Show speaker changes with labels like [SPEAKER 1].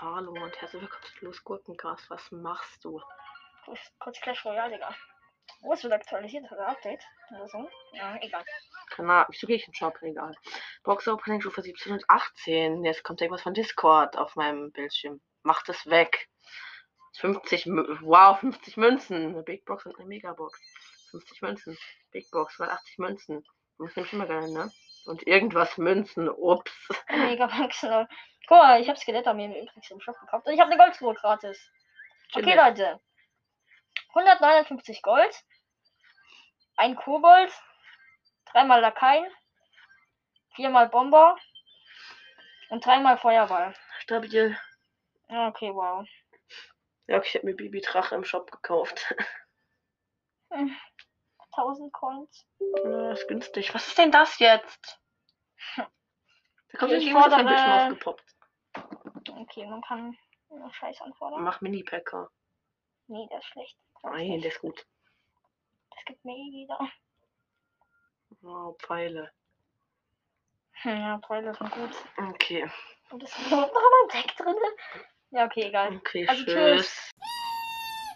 [SPEAKER 1] Hallo und herzlich willkommen zu Los Gurkencast. Was machst du?
[SPEAKER 2] Kurz, kurz Clash Royale, Digga. Oh, es wird aktualisiert, hat er Update. Lösung. Ja, egal.
[SPEAKER 1] Kanal. Wieso gehe Genau, ich im Shop? Egal. Box Opening Stufe 17 und 18. Jetzt kommt irgendwas von Discord auf meinem Bildschirm. Macht es weg. 50, Mü- wow, 50 Münzen. Eine Big Box und eine Megabox. 50 Münzen. Big Box, 280 Münzen. Das finde ich immer geil, ne? Und irgendwas Münzen. Ups.
[SPEAKER 2] Mega Maxinol. Guck mal, ich hab Skelett an mir übrigens im Shop gekauft. Und ich hab eine Goldtruhe gratis. Okay,
[SPEAKER 1] Chillig.
[SPEAKER 2] Leute. 159 Gold. Ein Kobold. Dreimal Lakaien. Viermal Bomber. Und dreimal Feuerball.
[SPEAKER 1] Stabil.
[SPEAKER 2] Ja, Okay, wow.
[SPEAKER 1] Ja, ich habe mir Bibi Drache im Shop gekauft.
[SPEAKER 2] 1000 Coins.
[SPEAKER 1] Ja, ist günstig. Was ist denn das jetzt? Da kommt
[SPEAKER 2] Okay, ich
[SPEAKER 1] ich fordere... ein
[SPEAKER 2] fordere-
[SPEAKER 1] bisschen aufgepoppt.
[SPEAKER 2] Okay, man kann noch Scheiß anfordern.
[SPEAKER 1] Mach Mini-Packer.
[SPEAKER 2] Nee, das ist schlecht. Das, ist
[SPEAKER 1] Nein,
[SPEAKER 2] schlecht.
[SPEAKER 1] der ist gut.
[SPEAKER 2] das gibt mir eh wieder.
[SPEAKER 1] Oh, Pfeile.
[SPEAKER 2] Hm, ja, Pfeile sind gut.
[SPEAKER 1] Okay.
[SPEAKER 2] Und es ist noch ein Deck drin. Ja, okay, egal.
[SPEAKER 1] Okay,
[SPEAKER 2] Also
[SPEAKER 1] tschüss.
[SPEAKER 2] tschüss.